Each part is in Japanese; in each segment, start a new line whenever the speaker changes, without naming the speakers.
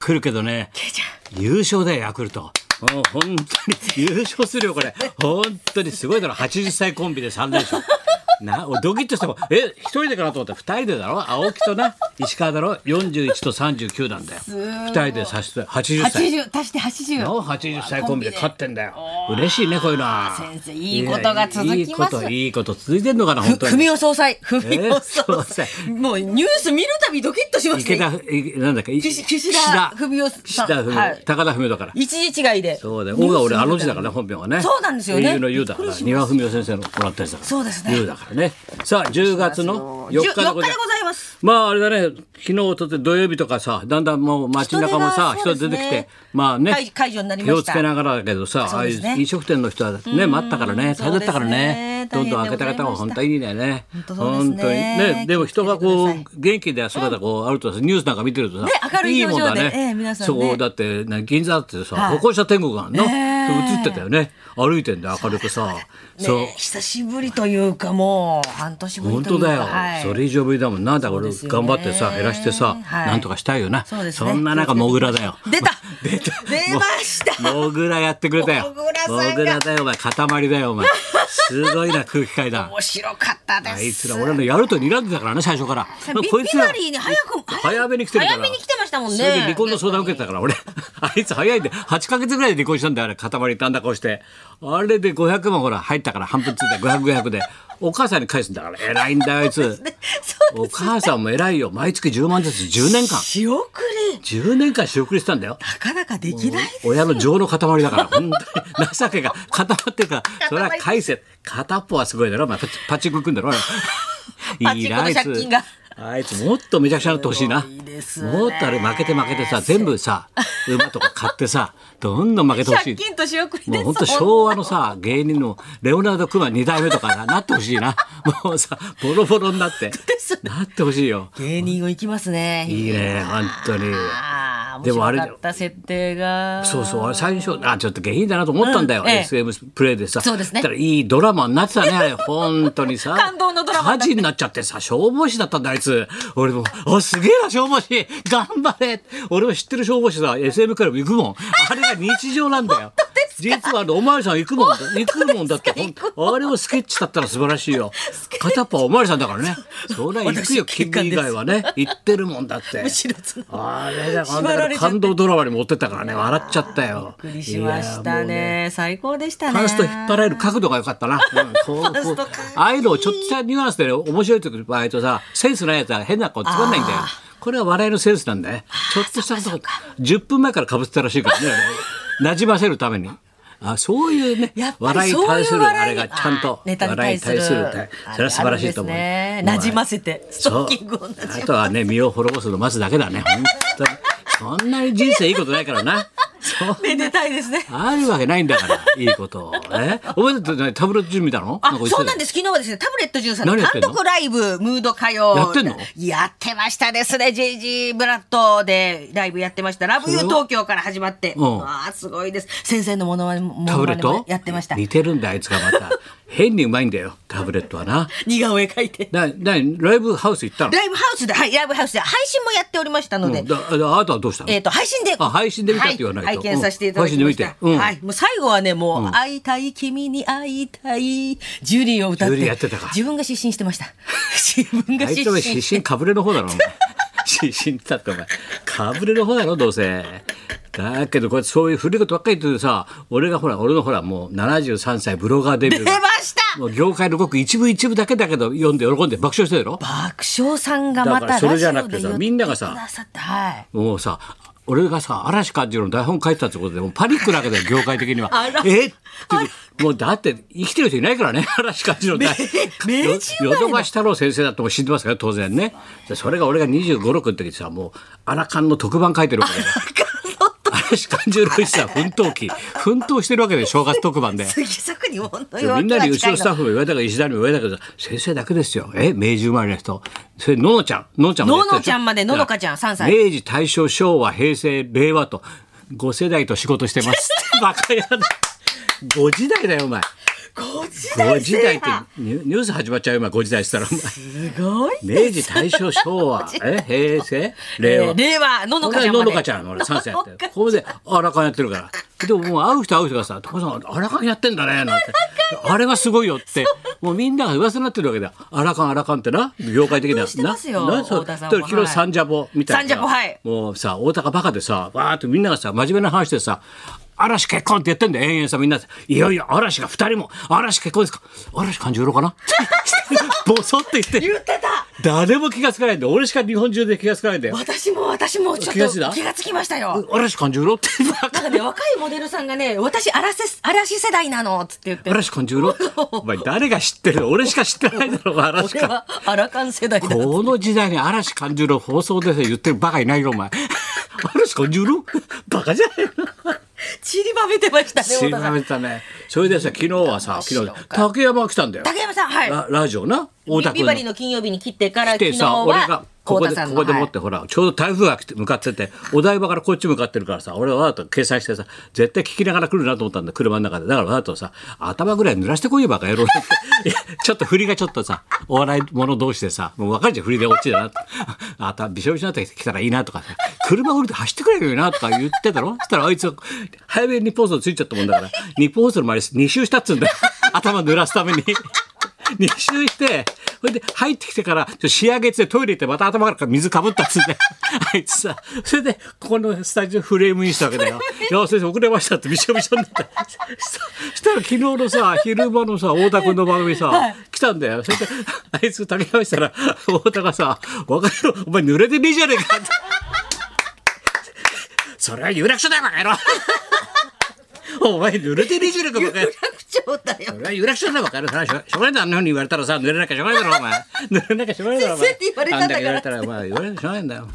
来るけどね
ケイちゃん
優勝だよヤクルトもう本当に優勝するよこれ本当にすごいだろ80歳コンビで3連勝な俺ドキッとしたもんえ一人でかなと思ったら2人でだろ青木とな石川だろ41と39なんだよ
ごい
2人で差して80歳
80足して80
の80歳コンビで勝ってんだよ嬉しいねこういうのは
先生いいことが続きます
いやいいこといいこと続いてんのかな本当
ふ文
に
雄総裁文
え
雄総裁もうニュース見るたびドキッとします
池田
ね
いなんだっけい
岸田文雄さん
岸田文雄
はい
高田文雄だから
一時違いで
そうだよ。僕は俺あの字だからね、
ね
本名はね。
そうなんですよね
英雄の優だか
びっ
ら、
くりしま
庭
した
文雄先生のもらったやつだから。
そうですね
優だからね。さあ、10月の4日で
4
ござ
日
い
で
ま
ございます
す。まああれだね、昨日とって土曜日とかさ、だんだんもう街中もさ、
人
人出てき
出がそうですね
て、まあ
解
ね、
解除になりま
気を
し
つ
た
けながらだけどさ、あ
そう
あい
ですね
う飲食店の人はね、待ったからね、大変だったからね、
そ
ど
うで
ん
すね
どん開けた方は本当にいいんだよね。
当そうですね
本当にね、でも人がこ
気をつけてくだ
う元気で姿こうあるとさ、ニュースなんか見てるとさ、
明るい表情で
もんだ
ええ皆さん
そ
ね
こだってな銀座ってさ、
はい
歩行者天国があるの、
ねえ
そう映ってたよね歩いてんだよ明るくさそう,、
ね久しぶりというかもう半年ぶりとい
本
うか
当だよ、
はい
それ以上ぶりだもんなだから
そうですよ
頑
ね
張ってさ減らしてさ、
はい
なんとかしたいよな
そうですね
んな中モグラだよ
出た
出た
出ました
モグラやってくれたよ
モグラさんが
モグラだよお前塊だよ お前すごいな空気階段
面白かったです
あいつら俺のやると睨んでたからね最初から
ビ
こいつ
ビ
ら
バリーに早く
早めに来てるから
早めに来てましたもんね
それで離婚の相談受けてたから俺 あいつ早いんで8ヶ月ぐらいで離婚したんだよあれ塊ってあんだこうしてあれで500万ほら入ったから半分ついて500500でお母さんに返すんだから偉いんだよあいつお母さんも偉いよ毎月10万ずつ10年間
仕送り
10年間仕送りしたんだよ
なかなかできない
親の情の塊だ から本当に情けが固まってるからそれは返せ片っぽはすごいだろ、まあ、パチパチンコ行くんだろ
パチンコの借金が
あいつあいつもっとめちゃくちゃになってほしいな
すごいですね
もっとあれ負けて負けてさ全部さ馬とか買ってさどんどん負けてほし
借
い
金と仕送りで
もう本当
そんな
昭和のさ芸人のレオナルド・クマ2代目とかななってほしいなもうさボロボロになって
す
なってほしいよ
芸人を行きますね
いいね本当に。
あー
で
面
もあれ
白かった設定が
そうそう、あれ最初、あ、ちょっと下品だなと思ったんだよ、
うんええ
SM プレイでさ。
そうですね
だからいいドラマになってたね、あ れ、本当にさ。
感動のドラマにな
火
って
事になっちゃってさ、消防士だったんだ、あいつ。俺も、あ、すげえな、消防士頑張れ俺も知ってる消防士さ、SM クラブ行くもん。あれが日常なんだよ。実はあの、おまわりさん行くもん、行くもんだって、ほんあれをスケッチだったら素晴らしいよ。片っぽはおまわりさんだから ね。そりゃ行くよ、
私警
君
官
以
です
外はね。行ってるもんだって。
むしろその
あれだ
縛られちゃって
感動ドラマに持ってったからね笑っちゃったよ。
びっくりしましたね最高でした
フ
ね
ァースト引っ張られる角度が良か ったな。うんこうこう
ファーストかっこいい
ああいうのをちょっとしたニュアンスでね面白い時の場合とさセンスないやつは変な子作んないんだよ
あ。
これは笑いのセンスなんだね。ちょっとしたこと10分前からかぶってたらしいからね。 なじませるために。あそういうね
やっぱ
笑
り
い
そう
に
いう
対するあ
笑
れ
い
がちゃんと
あネタに
笑い
対
に
する
対する対それは素晴らしいと思う。
あるんですねなじませてストッキングをなじませ
あ
て
とはね身を滅ぼすの待つだけだね本当にそんなに人生いいことないからなそん
めでたいですね
あるわけないんだからいいことをねお前だってねタブレット準備だろ
あ、そうなん
で
です。昨日はですね、タブレット13
何
の
やって
単
んの
独ライブ、ムード歌謡。
やってんの
やってましたですね。JG ブラッドでライブやってました。ラブユー
それは
東京から始まって。
うん
ああ、すごいです。先生のものまねも、
タブレッ
モノマ
ト
ネもやってました。
似てるんだあいつがまた変にうまいんだよタブレットはな
似顔絵描いて。
ななライブハウス行ったの
ライブハウスで、はい、ライブハウスで配信もやっておりましたので。
うんだああなたはどうしたの
えっ、と、配信で。
あ配信で見たって言わないと
は拝見させていただきました。
うん配信で見てうん
はい。もう最後はね、もう、会いたい、君に会いたい、ジュリーを歌って。
ジュリーやってたか
自分が失神してま した。自分が
あい
失
つは
神
失
して。
神かぶれの方だ ろお前失神って言ったってお前かぶれの方だろどうせだけどこれそういう古いことばっかり言っててさ俺がほら俺のほらもう73歳ブロガーデビュ
出
ー
ま
が
した
もう業界のごく一部一部だけだけど読んで喜んで爆笑してるだろ
爆笑さんが
だ
ま
か
た
らそれじゃなくてさ
ラジオで言って
みんながさ
くださってはい
もうさ俺がさ嵐寛次郎の台本書いてたってことでもうパニックなわけだよ業界的には
あら。
えってもうだって生きてる人いないからね嵐寛次郎の 台
め明治生まれ
よ
の
ヨドバシ太郎先生だってもう死んでますから当然ねでそれが俺が2 5 6の時にさもう荒勘の特番書いてるからね 嵐寛次郎一さ奮闘記奮闘してるわけで正月特 番で。
杉作に本当に
みんなにうちのスタッ
フ
フも言われたから石田にも言われたけど先生だけですよえ明治生まれの人それののちゃんののちゃんもやってた
ののちゃんまでののかちゃん3歳
明治大正昭和平成令和と5世代と仕事してますバカやだ5時代だよお前
ご時
ご
代
時
制
代って
覇
ニュニュース始まっちゃうよ今ご時代したらお
すごい
前明治大正昭和え平成令和
えー令和ののかちゃんま
の
で
のかちゃん俺3歳やってるこれで荒川やってるからでももう会う人会う人がさ「高橋さん荒川やってんだね」なんて「あれはすごいよ」ってもうみんなが噂になってるわけだ「荒川荒川」ってな業界的には
知ってますよ
ななそう
太田さん
だ
も
から昨日
はい
サンジャポみたいな
サンジャポはい
もうさ大高バカでさわーっとみんながさ真面目な話でさ嵐結婚って言ってんだよ、延々さ、みんな。いよいよ嵐が二人も、嵐結婚ですか嵐勘十郎かな ボソって言って、
言ってた
誰も気がつかないんだよ。俺しか日本中で気がつかないんだよ。
私も私もちょっ
気がつい
と
た
気がつきましたよ
嵐勘 十郎って、バ
な
カ
んかね若いモデルさんがね私嵐嵐世代なのっつって言って
嵐勘十郎お前誰が知ってる俺しか知ってないだろうが嵐か
俺は荒ン世代だ
この時代に嵐勘十郎放送で言ってるバカいないよお 前嵐勘十郎バカじゃないの
散りばめてましたね
知
太
ら
田さ
め
ん
てたねそれでさ昨日はさ昨日
面白い
竹山が来たんだよ
竹山さんはい
ララジオな大田
ビ
君
バ
の
リーの金曜日に切ってか
来
ら昨
て
日
さ俺が
は
ここ
太
で
田さ
こ
ん
こ
の
でも
は
っ
い
てほらちょうど台風が来て向かっててお台場からこっち向かってるからさ俺はわざと計算してさ絶対聞きながら来るなと思ったんだ車の中でだからわざとさ頭ぐらい濡らしてこいよバカ野 郎いやちょっと振りがちょっとさお笑い者同士でさもう分かるじ ゃん振りで落ちだなって頭びしょびしょになってきたらいいなとかさ車降りて走ってくれるよなとか言ってたろそしたらあいつ早めに日本放送ついちゃったもんだから日本放送の周り2周したっつうんだよ頭濡らすために。2周 して、それで入ってきてから、ちょっと仕上げてトイレ行ってまた頭から水かぶったっつって、 あいつさ、それで、ここのスタジオフレームインしたわけだよ。いや、先生遅れましたってびしょびしょになって。そしたら昨日のさ、昼間のさ、太田君の番組さ、来たんだよ。それで、あいつ竹山したら、太田がさ、若いの、お前濡れてねえじゃねえかって。それは有楽町だよ、バカ野郎。お前濡れてねえじゃねえか、バカ野郎。
楽長だよ
それは有楽町だわかる。それはしょしょうがないだろあんなふうに言われたらさ、濡れなきゃしょうがないだろ、お前。 濡れなきゃしょうがないだろ、お前。
先生って言われたん
あん
だ
だ
か
け
ら
言われたら、お前、言われてしょうがないんだよ。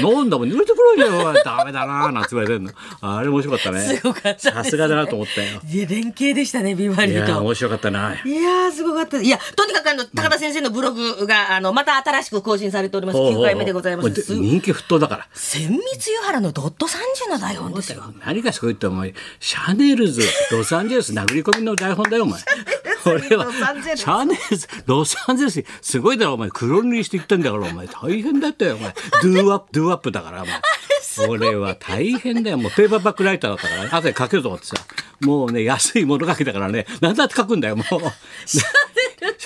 飲んだもん、濡れてくるよ、おいダメだな、なんて言われてんの。あれ面白かったね。
すごかったですね
さすがだなと思った よ。
いや連携でしたねビバ
い
リー
やー、
と
面白かったな。
いやーすごかったですいやとにかくあの高田先生のブログが、あのまた新しく更新されております
ほうほうほ
9
う
回目でございま
もうです
す
人気沸騰だから。
千光湯原のドット30の台本ですよ
何かそういったお前シャネルズロサンゼルス殴り込みの台本だよお前俺は
ロサンゼルス
シャネルズロサンゼルスすごいだろお前黒塗りしていったんだからお前大変だったよお前ドゥーアップドゥーアップだから お前俺は大変だよもうペーパーバックライターだったからね後で書けると思ってさもうね安い物書けたからね何だって書くんだよもうシ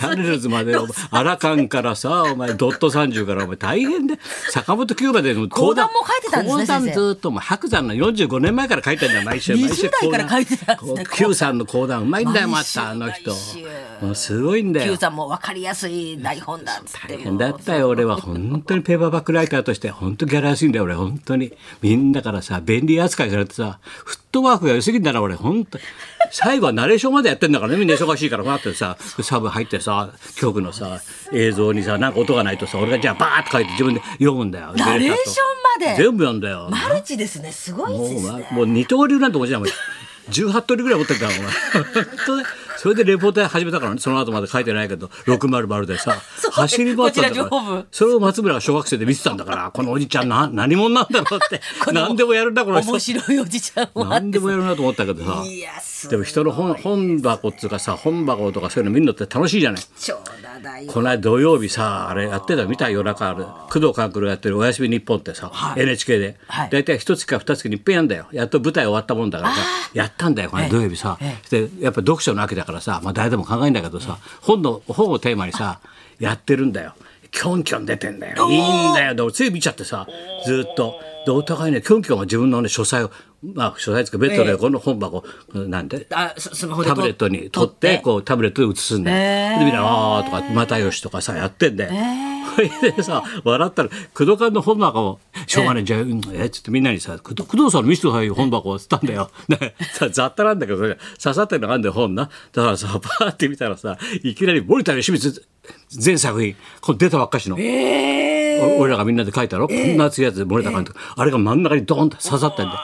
ャネルズまでお前アラカンからさお前ドット30からお前大変で坂本九馬での
講談も書いてたんですね
講談
先生
ずっともう白山の45年前から書いてんだよ毎週毎週
20代から書いてたんですね
Q さんの講談うまいんだよま
毎週
たあの人
毎週
もうすごいんだ
Q
よ
さんも分かりやすい台本だっつって
大変だったよ俺は本当にペーパーバックライターとして本当にギャラ安いんだよ俺本当にみんなからさ便利扱いされてさフットワークが良すぎんだな俺本当最後はナレーションまでやってんだからねみんな忙しいからこうやってさサブ入ってさ局のさ映像にさなんか音がないとさ俺がじゃあバーッと書いて自分で読むんだよ
ナレーションまで
全部読んだよ
マルチですねすごい
も
で
う
す
ま
ね
もう二刀流なんて面白いもん。18通りぐらい持ってるから、お前。 本当ねそれでレポーター始めたからね、その後まで書いてないけど、600でさ、走り回ってたんだか
こちら情報
ら
部。
それを松村が小学生で見てたんだから、このおじちゃんな、何者なんだろうって。何でもやるな、この人
面。白いおじちゃんもあっ
何で
て
もやるなと思ったけどさ。
いやす
で
ご
も
い
人の本本箱っつうかさ本箱とかそういうの見るのって楽しいじゃない
長蛇だよ
この間土曜日さあれやってた見た夜中ある工藤官九郎がやってる「おやすみ日本」ってさ、NHK で
はい
大体一月か二月にいっぺんやんだよやっと舞台終わったもんだからさやったんだよこの土曜日さ、でやっぱ読書の秋だからさ、まあ、誰でも考えんだけどさ、本の本をテーマにさやってるんだよキョンキョン出てんだよいいんだよで俺つい見ちゃってさずーっとでお互いねキョンキョンは自分のね書斎をまあ書斎ですかベッド
え
で
え
この本箱なんで
あススマホで
タブレットに取ってこうタブレットで映すんだよ。
へー
でみんな「あー」とか「又吉」とかさやってんだよ。 それでさ笑ったら工藤館の本箱を「しょうがねえじゃあうんえっ?」つってみんなにさ「工藤工藤さんの見せてくださいよ本箱」っつったんだ よ。ねさ雑多なんだけどそれが刺さってるのがあんだよ本な。だからさパーって見たらさいきなり森田芳光全作品これ出たばっかしの。
えー
お俺らがみんなで書いたろ、こんな熱いやつで漏れた感じ、あれが真ん中にドーンと刺さったんだよ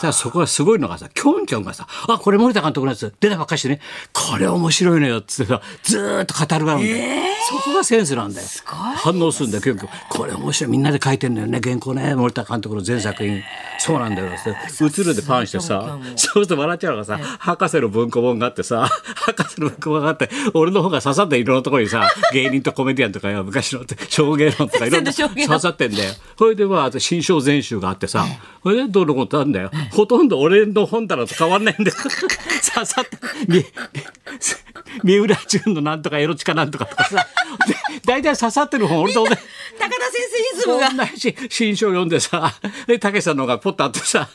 じゃあそこがすごいのがさ、きょんちゃんがさ、あ、これ森田監督のやつ、出たばっかりしてね、これ面白いのよっつってさ、ずーっと語る番組、そこがセンスなんだよ。反応するんだよ、きょんきょん。これ面白い。みんなで書いてんだよね、原稿ね、森田監督の全作品。そうなんだよ。つって映るでパンしてさ、そうすると笑っちゃうのがさ、博士の文庫本があってさ、 博士の文庫本があって、俺の方が刺さっていろんなところに さ、芸人とコメディアンとかよ昔のって、証言論とかいろんな
先生の証言
刺
論
さってんだよ。それでまあ、新章全集があってさ、それでどうのことあんだよ。ほとんど俺の本棚と変わんないんだよ。 刺さって、み三浦淳のなんとかエロチカなんとかとかさ、で大体刺さってる本俺と同じ。
高田先生イズムが
そんなし新書読んでさ、で、たけしさんの方がポッとあってさ、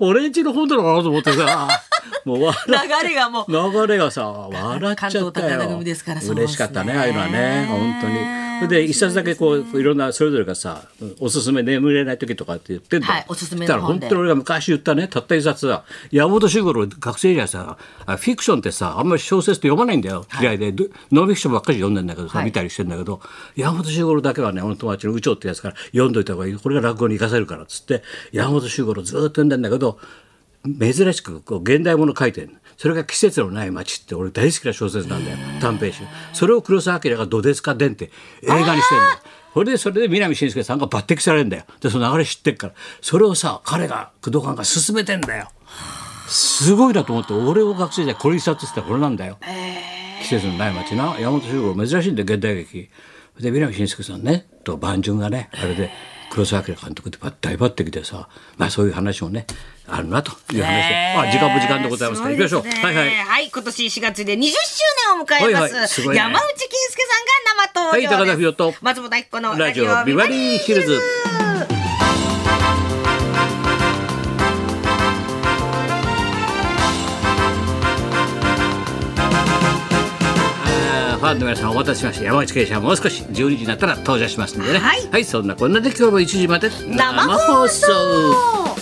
俺んちの本だろうなと思ってさ、もう笑っ
流れがもう
流れがさ、笑っちゃ
関東
った
高
よ
田組ですから。そうで
嬉
すね
しかったね、ああいうのはね、本当に。それで一冊だけこういろんなそれぞれがさおすすめ眠れない時とかって言ってんだよ、
はいおすすめの
だから
本
本
で
当に俺が昔言ったねたった一冊だ山本周五郎学生時代さあフィクションってさあんまり小説って読まないんだよ嫌いで、どノンフィクションばっかり読んでんだけどさ、
はい
見たりしてんだけど山本周五郎だけはね俺の友達の宇宙ってやつから読んどいた方がいいこれが落語に生かせるからっつって山本周五郎ずーっと読んでんだけど珍しくこう現代もの書いてるそれが「季節のない街」って俺大好きな小説なんだよ短編集それを黒澤明が「どですかでん」って映画にしてるんだよそれでそれで南信介さんが抜擢されるんだよでその流れ知ってるからそれをさ彼が工藤官が進めてんだよすごいなと思って俺を学生時代これ一冊って言ったらこれなんだよ季節のない街な山本周五郎珍しいんだよ現代劇で南信介さんねと万順がねあれで黒澤明監督で大抜擢でさまあそういう話もねあるなという話で、あ時間も時間でございますから行きましょう、
すごですね
はいはい
はい、今年4月で20周年を迎えます。
はいはいすごいね
山内金介さんが生登場です。
はい高田文夫と
松本明子の
ラ
ラ
ジ
ジ
オ
オ
ビ
ビ
バ
バ
リ
リ
ー
ー
ヒ
ヒ
ル
ル
ズ
ズ。
あーファンの皆さんお待たせしました山内圭司はもう少し12時になったら登場しますんでね
はい
そんなこんなで今日も1時まで
生放送